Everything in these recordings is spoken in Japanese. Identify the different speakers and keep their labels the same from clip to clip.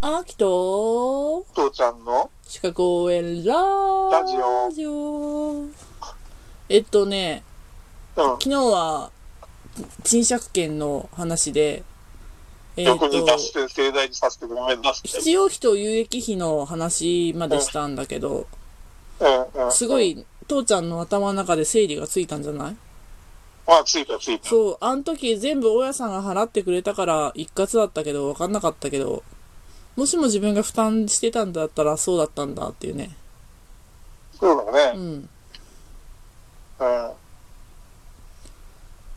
Speaker 1: アキト、
Speaker 2: 父ちゃんの
Speaker 1: シカ公園ラ
Speaker 2: ラジオ
Speaker 1: ジオ。えっとね、
Speaker 2: うん。
Speaker 1: 昨日は、賃借権の話で、えっ
Speaker 2: 横
Speaker 1: と、
Speaker 2: に出して、盛大にさせてごめんなさい。
Speaker 1: 必要費と有益費の話までしたんだけど、
Speaker 2: うんうん。
Speaker 1: すご。い、父ちゃんの頭の中で整理がついたんじゃない
Speaker 2: まあ、ついたついた。
Speaker 1: そう、あの時全部大家さんが払ってくれたから一括だったけど、わかんなかったけど、もしも自分が負担してたんだったらそうだったんだっていうね。
Speaker 2: そうだ
Speaker 1: うん。
Speaker 2: ね。うん。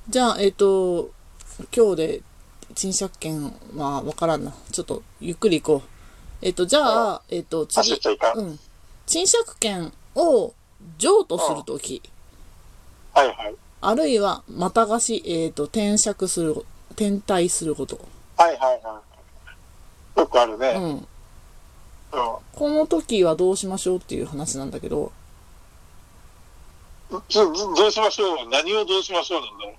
Speaker 1: じゃあ、えっ、と、今日で賃借権はわからんな。ちょっとゆっくり行こう。えっ、と、じゃあ、えっ、と、
Speaker 2: 走
Speaker 1: 次
Speaker 2: っ、ちゃいかん。
Speaker 1: うん。賃借権を譲渡するとき、
Speaker 2: はいはい。
Speaker 1: あるいは、また貸し、えっ、と、転借する、転退すること。
Speaker 2: はいはいはい。よくある
Speaker 1: う
Speaker 2: ね。
Speaker 1: ん。
Speaker 2: う
Speaker 1: この時はどうしましょうっていう話なんだけど、
Speaker 2: ん。ずずどうしましょう何をどうしましょうなんだろう。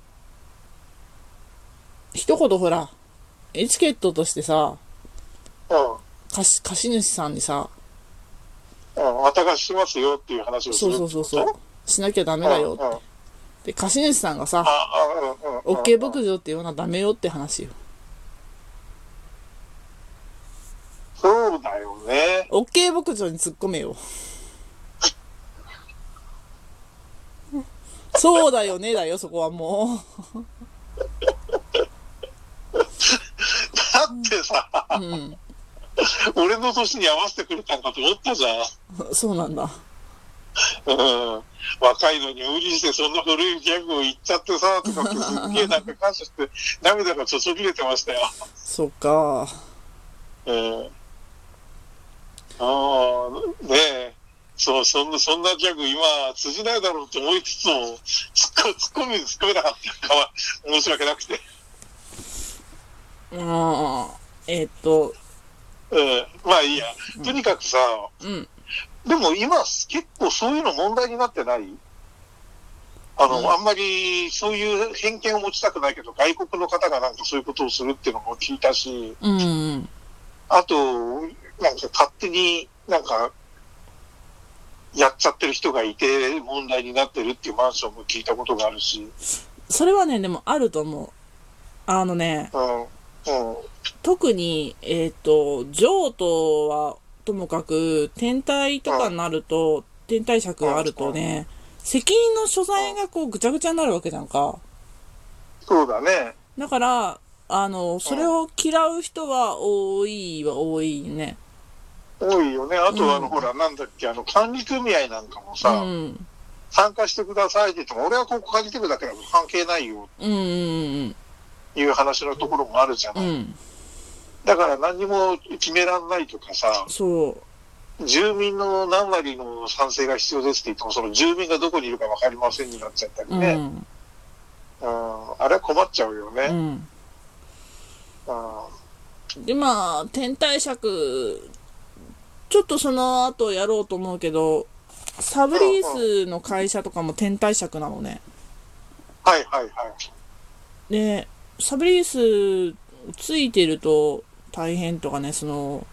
Speaker 1: 一言ほら、エチケットとしてさ、
Speaker 2: うん。
Speaker 1: 貸し、貸し主さんにさ、
Speaker 2: うん、私がしますよっていう話をす
Speaker 1: そう
Speaker 2: る。
Speaker 1: そうそうそう、しなきゃダメだよ
Speaker 2: うんうん、あ
Speaker 1: って、貸し主さんがさ、
Speaker 2: あ、うんうんうん。
Speaker 1: オッケー牧場って言わなダメよって話よ。
Speaker 2: そうだよね。
Speaker 1: オッケー牧場に突っ込めよ。そうだよねだよ、そこはも
Speaker 2: だってさ、
Speaker 1: う。うん。
Speaker 2: 俺の年に合わせてくれたんかと思ったじゃん。
Speaker 1: そうなんだ。
Speaker 2: うん。若いのに無理してそんな古いギャグを言っちゃってさ、とかってすっげえなんか感謝して涙がちょちょぎれてましたよ。
Speaker 1: そっか。
Speaker 2: うん。ああ、ねえ。そう、そんな、そんなギャグ今、通じないだろうと思いつつも、突っ込み、突っ込めなかったかは、申し訳なくて。
Speaker 1: うん。えっと、
Speaker 2: うんまあいいや。とにかくさ、
Speaker 1: うん。
Speaker 2: でも今、結構そういうの問題になってないあの、
Speaker 1: うん
Speaker 2: あんまりそういう偏見を持ちたくないけど、外国の方がなんかそういうことをするっていうのも聞いたし、
Speaker 1: うん。
Speaker 2: あと、なんか勝手になんか、やっちゃってる人がいて問題になってるっていうマンションも聞いたことがあるし、
Speaker 1: それはね、でもあると思う。あのね、
Speaker 2: うん、うん、
Speaker 1: 特に、えっ、と、譲渡はともかく、天体とかになると、天体尺があるとね、責任の所在がこうぐちゃぐちゃになるわけじゃんか。
Speaker 2: そうだね。
Speaker 1: だから、あの、それを嫌う人は多いは多いね。
Speaker 2: 多いよね。あと、あの、
Speaker 1: うん
Speaker 2: ほら、なんだっけ、あの、管理組合なんかも
Speaker 1: う
Speaker 2: さ、
Speaker 1: ん。
Speaker 2: 参加してくださいって言っても、俺はここ借りてるだけだから関係ないよ
Speaker 1: うんうん
Speaker 2: いう話のところもあるじゃ
Speaker 1: う
Speaker 2: ない。
Speaker 1: ん。うん。
Speaker 2: だから何にも決めらんないとかさ、
Speaker 1: そう。
Speaker 2: 住民の何割の賛成が必要ですって言っても、その住民がどこにいるか分かりませんになっちゃったり
Speaker 1: うん。
Speaker 2: ね。うん、あれは困っちゃうよ
Speaker 1: う
Speaker 2: ね。
Speaker 1: ん。
Speaker 2: うん、
Speaker 1: で、まあ、天体尺、ちょっとその後やろうと思うけど、サブリースの会社とかも天体尺なのね。
Speaker 2: はいはいはい。
Speaker 1: で、サブリースついてると大変とかね、その、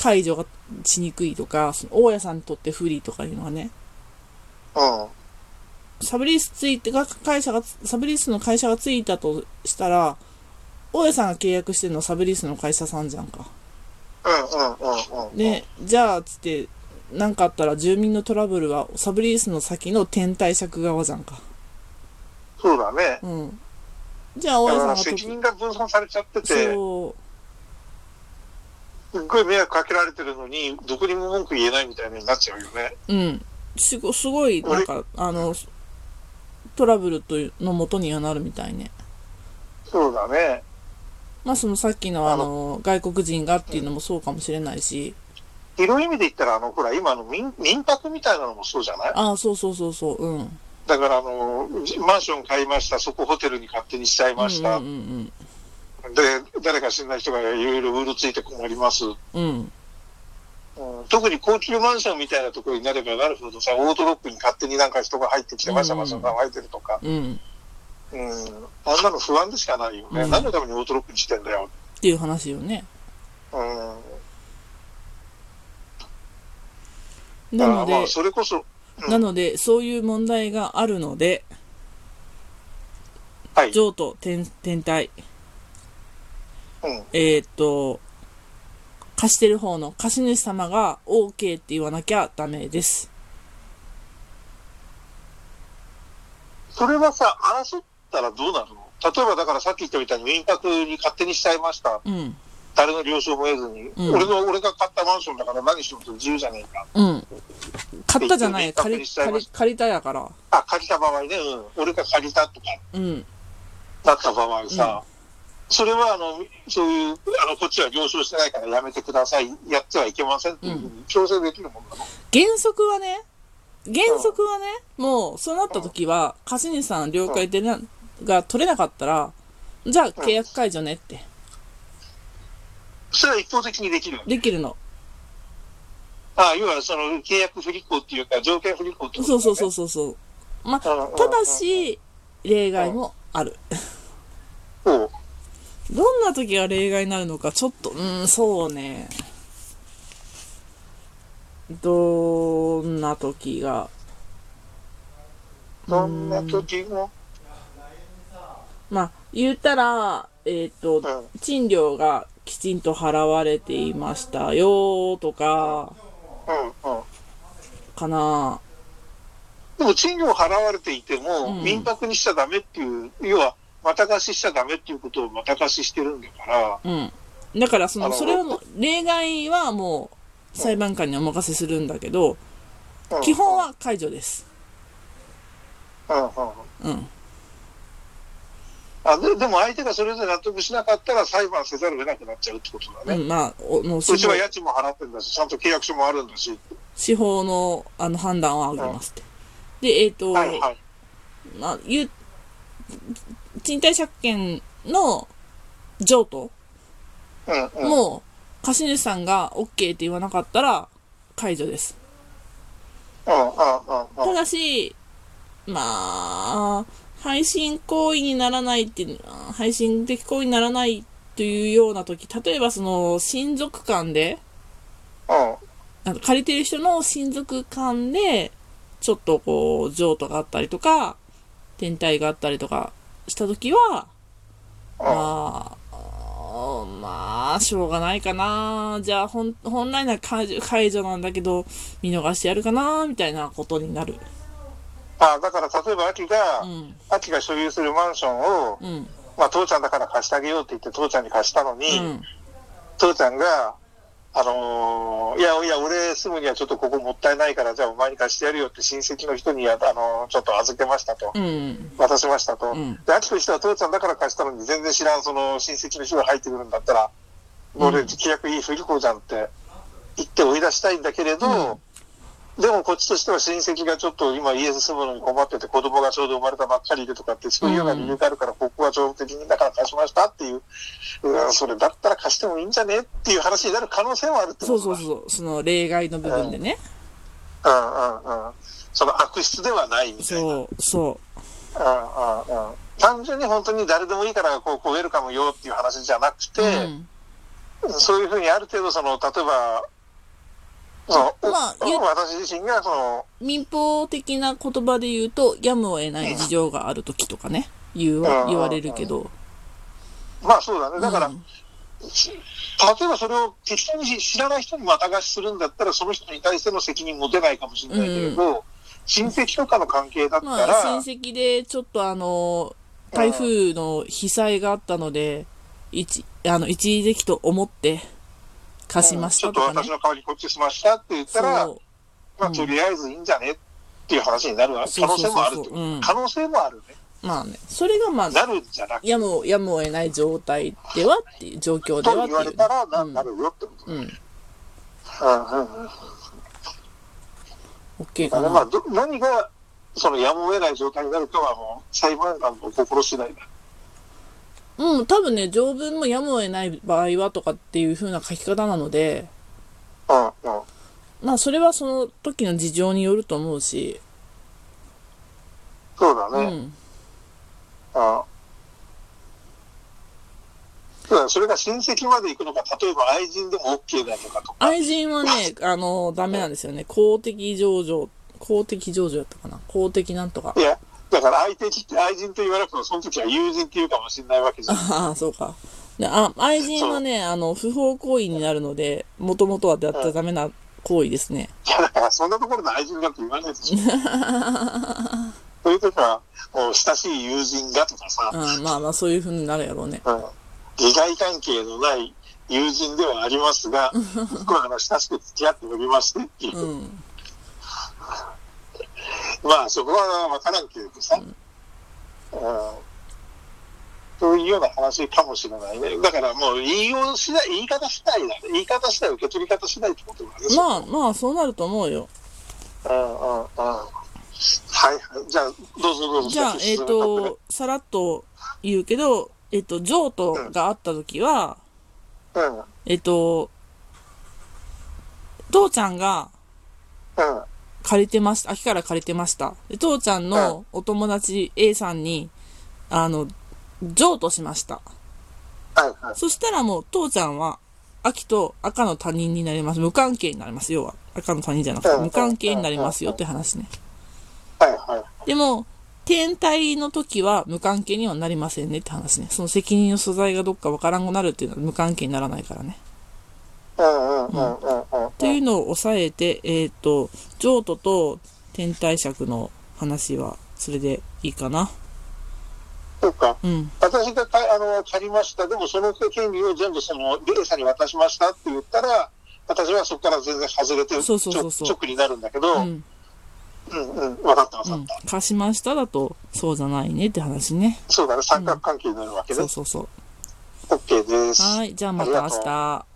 Speaker 1: 解除がしにくいとか、その大家さんにとって不利とかいうのはね、
Speaker 2: うん、
Speaker 1: サブリースついてが、会社が、サブリースの会社がついたとしたら、大家さんが契約してるのはサブリースの会社さんじゃんか。
Speaker 2: うん、うん、うん、うん。
Speaker 1: で、じゃあ、つって、なんかあったら住民のトラブルはサブリースの先の天体借側じゃんか。
Speaker 2: そうだね。
Speaker 1: うん。じゃあ、大
Speaker 2: だ
Speaker 1: 家さ
Speaker 2: か
Speaker 1: ん
Speaker 2: ら
Speaker 1: がと
Speaker 2: 責任が分散されちゃってて、
Speaker 1: そ
Speaker 2: すっごい迷惑かけられてるのに、どこにも文句言えないみたいになっちゃうよね。
Speaker 1: う、うん。すごすごい、なんか、あの、トラブルというの元にはなるみたいね。
Speaker 2: そうだね。
Speaker 1: まあ、そのさっきのあ
Speaker 2: あ
Speaker 1: の、外国人がっていうのもそうかもしれないし、
Speaker 2: 広い意味で言ったら、あの、ほら、今あの民、民泊みたいなのもそうじゃない
Speaker 1: ああ、そうそうそうそう、うん。
Speaker 2: だから、あの、マンション買いました、そこホテルに勝手にしちゃいました。
Speaker 1: うんうん
Speaker 2: で、誰か知んない人がいろいろうろついて困ります、うん
Speaker 1: うんうん。
Speaker 2: 特に高級マンションみたいなところになればなるほどさ、オートロックに勝手になんか人が入ってきて、
Speaker 1: うん
Speaker 2: わしゃわしゃ騒いでるとか、
Speaker 1: うん。うん。っ
Speaker 2: うん、あんなの不安でしかないよね。
Speaker 1: うん
Speaker 2: 何のためにオートロックにしてんだよ。
Speaker 1: ていう話よね。
Speaker 2: うん、
Speaker 1: な
Speaker 2: だから
Speaker 1: の
Speaker 2: ま
Speaker 1: で
Speaker 2: あ、それこそ、うん
Speaker 1: なので、そういう問題があるので、
Speaker 2: はい。
Speaker 1: 譲渡、天天体、
Speaker 2: うん。
Speaker 1: えーっと、貸してる方の貸主様が OK って言わなきゃダメです。
Speaker 2: それはさ、争ったらどうなるの例えばだからさっき言ったみたいに民泊に勝手にしちゃいました。
Speaker 1: うん。
Speaker 2: 誰の了承も得ずに。
Speaker 1: うん
Speaker 2: 俺の、俺が買ったマンションだから何しても自由じゃねえか。
Speaker 1: うん。買ったじゃない。
Speaker 2: 一緒に
Speaker 1: 借り、
Speaker 2: 一緒に
Speaker 1: 借り、借りたやから。
Speaker 2: あ、借りた場合ね、うん。俺が借りたとか、
Speaker 1: うん。
Speaker 2: だった場合さ、それはあの、そういう、あの、こっちは了承してないからやめてください。やってはいけませんっていうふうに強制できるもんなの、
Speaker 1: 原則はね、原則はね、もう、そうなった時は、貸主さん了解でな、が取れなかったら、じゃあ契約解除ねって、
Speaker 2: それは一方的にできるの。
Speaker 1: できるの。
Speaker 2: ああ、要はその契約不履行っていうか、条件不履行ってことだ
Speaker 1: そ
Speaker 2: よ
Speaker 1: う
Speaker 2: ね
Speaker 1: そうそうそうそう。まあ、ただし、例外もある。
Speaker 2: そう。
Speaker 1: どんな時が例外になるのか、ちょっと、うーん、そうね。どんな時が。
Speaker 2: そんな時も、
Speaker 1: まあ、言ったら、えっ、と、
Speaker 2: う
Speaker 1: 賃料がきちんと払われていましたよとか、
Speaker 2: うん、うん。
Speaker 1: かな。
Speaker 2: でも賃料払われていても、
Speaker 1: うん
Speaker 2: 民泊にしちゃダメっていう、要は、また貸ししちゃダメっていうことをまた貸ししてるんだから、
Speaker 1: うん。だから、そ
Speaker 2: あ
Speaker 1: の、
Speaker 2: の
Speaker 1: それはもう、例外はもう、裁判官にお任せするんだけど、
Speaker 2: うん
Speaker 1: 基本、は解除です。
Speaker 2: うんうんう
Speaker 1: う
Speaker 2: ん
Speaker 1: ん。
Speaker 2: あで。でも相手がそれぞれ納得しなかったら裁判せざるを得なくなっちゃうってことだ
Speaker 1: う
Speaker 2: ね。
Speaker 1: ん、まあ、おもう、
Speaker 2: うちは家賃も払ってるんだし、ちゃんと契約書もあるんだし。
Speaker 1: 司法のあの判断を仰ぎますって。で、えっ、と、
Speaker 2: はいはい。
Speaker 1: まあ、ゆ賃貸借権の譲渡
Speaker 2: うんうん。
Speaker 1: も、貸主さんが OK って言わなかったら解除です。
Speaker 2: うんうんうん
Speaker 1: た
Speaker 2: うん。
Speaker 1: だし、まあ、配信行為にならないっていう、配信的行為にならないというような時、例えばその親族間で、
Speaker 2: うん
Speaker 1: なんか借りてる人の親族間で、ちょっとこう、譲渡があったりとか、天体があったりとかしたときは、まあ、あーまあ、しょうがないかな。じゃあ、本本来なら解除解除なんだけど、見逃してやるかな、みたいなことになる。
Speaker 2: あだから例えば秋が、
Speaker 1: うん、
Speaker 2: 秋が所有するマンションを、
Speaker 1: うん、
Speaker 2: まあ父ちゃんだから貸してあげようって言って父ちゃんに貸したのに、
Speaker 1: うん、
Speaker 2: 父ちゃんが、あのーいやいや、俺住むにはちょっとここもったいないから、じゃあお前に貸してやるよって親戚の人にや、あのーちょっと預けましたと。
Speaker 1: うん、
Speaker 2: 渡しましたと。
Speaker 1: うん
Speaker 2: で、秋としては父ちゃんだから貸したのに全然知らんその親戚の人が入ってくるんだったら、俺契約いい不履行じゃんって言って追い出したいんだけれど、でもこっちとしては親戚がちょっと今家に住むのに困ってて子供がちょうど生まれたばっかりいるとかってそういうような理由があるからここは情報的にだから貸しましたっていう、うん、それだったら貸してもいいんじゃねっていう話になる可能性はあるって
Speaker 1: そ
Speaker 2: こ
Speaker 1: うそ
Speaker 2: と
Speaker 1: う
Speaker 2: だ。
Speaker 1: そう、その例外の部分でね。
Speaker 2: うんうんうん。その悪質ではないみたいな。
Speaker 1: そう、そ
Speaker 2: うんうんうん単純に本当に誰でもいいからこうこうウェルカムよっていう話じゃなく
Speaker 1: う。う
Speaker 2: て、
Speaker 1: ん、
Speaker 2: そういうふうにある程度その例えばその、
Speaker 1: まあ言う
Speaker 2: 私自身がその、
Speaker 1: 民法的な言葉で言うと、やむを得ない事情がある時とかね、言う
Speaker 2: う
Speaker 1: わ
Speaker 2: ん
Speaker 1: 言われるけど。
Speaker 2: まあそうだねだから、
Speaker 1: うん
Speaker 2: し例えばそれを適当に知らない人にまた貸しするんだったらその人に対しての責任持てないかもしれないけれど、親戚とかの関係だった
Speaker 1: ま
Speaker 2: ら、
Speaker 1: あ、親戚でちょっとあの、台風の被災があったので、一、あの、一時的と思って貸しまし
Speaker 2: ちょ
Speaker 1: た
Speaker 2: っと
Speaker 1: とか
Speaker 2: 私
Speaker 1: ね。
Speaker 2: の代わりにこっちしましたって言ったら、
Speaker 1: そう。
Speaker 2: まあ、
Speaker 1: うん
Speaker 2: とりあえずいいんじゃねっていう話になるわ可能性もあるってこと
Speaker 1: そうそうそうそううん
Speaker 2: 可能性もあるね。
Speaker 1: まあね。それがまあ、
Speaker 2: なるんじゃなくて
Speaker 1: やむを、やむを得ない状態ではっていう、状況で
Speaker 2: と
Speaker 1: はっ
Speaker 2: 言わ
Speaker 1: てい
Speaker 2: れ
Speaker 1: う
Speaker 2: たらな,、
Speaker 1: うん
Speaker 2: なるよってこと。
Speaker 1: うん。
Speaker 2: うんうんうん
Speaker 1: OK
Speaker 2: あ
Speaker 1: か
Speaker 2: のま
Speaker 1: な。
Speaker 2: あ、ど何がそのやむを得ない状態になるかはもう裁判官の心次第だ。
Speaker 1: うん、多分ね、条文もやむを得ない場合はとかっていう風な書き方なので、
Speaker 2: うんうん
Speaker 1: まあ、それはその時の事情によると思うし、
Speaker 2: そうだ
Speaker 1: う
Speaker 2: ね。
Speaker 1: ん。
Speaker 2: あただそれが親戚まで行くのか、例えば愛人でも OK だとかとか。
Speaker 1: 愛人はね、あの、ダメなんですよね。公的上場、公的上場やったかな。公的なんとか
Speaker 2: い。や、だから相手って愛人と言わなくても、その時は友人って言うかもしれないわけじゃん。
Speaker 1: ああ、そうか。であ愛人はね、あの、不法行為になるので、もともとはやっちゃダメな行為ですね。
Speaker 2: いや、だからそんなところの愛人だって言わないでしょ。そういう時は、こう、親しい友人がとかさ、
Speaker 1: うん、まあまあ、そういう風になるやろうね。
Speaker 2: うん利害関係のない友人ではありますが、僕はあの親しく付き合っておりましてっていう。
Speaker 1: うん。
Speaker 2: まあそこは分からんけれどさ、うんそういうような話かもしれないね。だからもう言いよう次第、言い方次第だね。言い方次第、受け取り方次第ってことなんですよ。
Speaker 1: まあまあ、そうなると思うよ。
Speaker 2: うんうんうん。はいはい。じゃあ、どうぞどうぞ。
Speaker 1: じゃあ、えっ、と、さらっと言うけど、えっ、と、譲渡があった時は、
Speaker 2: うん、うん、うん。
Speaker 1: えっ、と、父ちゃんが借りてました、秋から借りてました。で、父ちゃんのお友達 A さんに、あの、譲渡しました。
Speaker 2: はいはい。
Speaker 1: そしたらもう父ちゃんは、秋と赤の他人になります。無関係になります。要は、赤の他人じゃなくて、無関係になりますよって話ね。
Speaker 2: はいはい。
Speaker 1: でも、天体の時は無関係にはなりませんねって話ね。その責任の所在がどっかわからんくなるっていうのは無関係にならないからね。
Speaker 2: うんうんうんうんうん。
Speaker 1: というのを抑えて、えっ、と、譲渡と天体尺の話は、それでいいかな。
Speaker 2: そうか。
Speaker 1: うん。
Speaker 2: 私がかあの借りました、でもその権利を全部その、レイさんに渡しましたって言ったら、私はそこから全然外れて、
Speaker 1: そうそうそうそう
Speaker 2: ちょ直になるんだけど、う、
Speaker 1: うんん。
Speaker 2: うん分かった分
Speaker 1: う
Speaker 2: か
Speaker 1: ん
Speaker 2: った。。
Speaker 1: 貸しましただと、そうじゃないねって話ね。
Speaker 2: そうだね、三角関係になるわけ
Speaker 1: そ
Speaker 2: で
Speaker 1: う
Speaker 2: す。
Speaker 1: そうそう。
Speaker 2: OK です。
Speaker 1: はい。じゃあまた明日。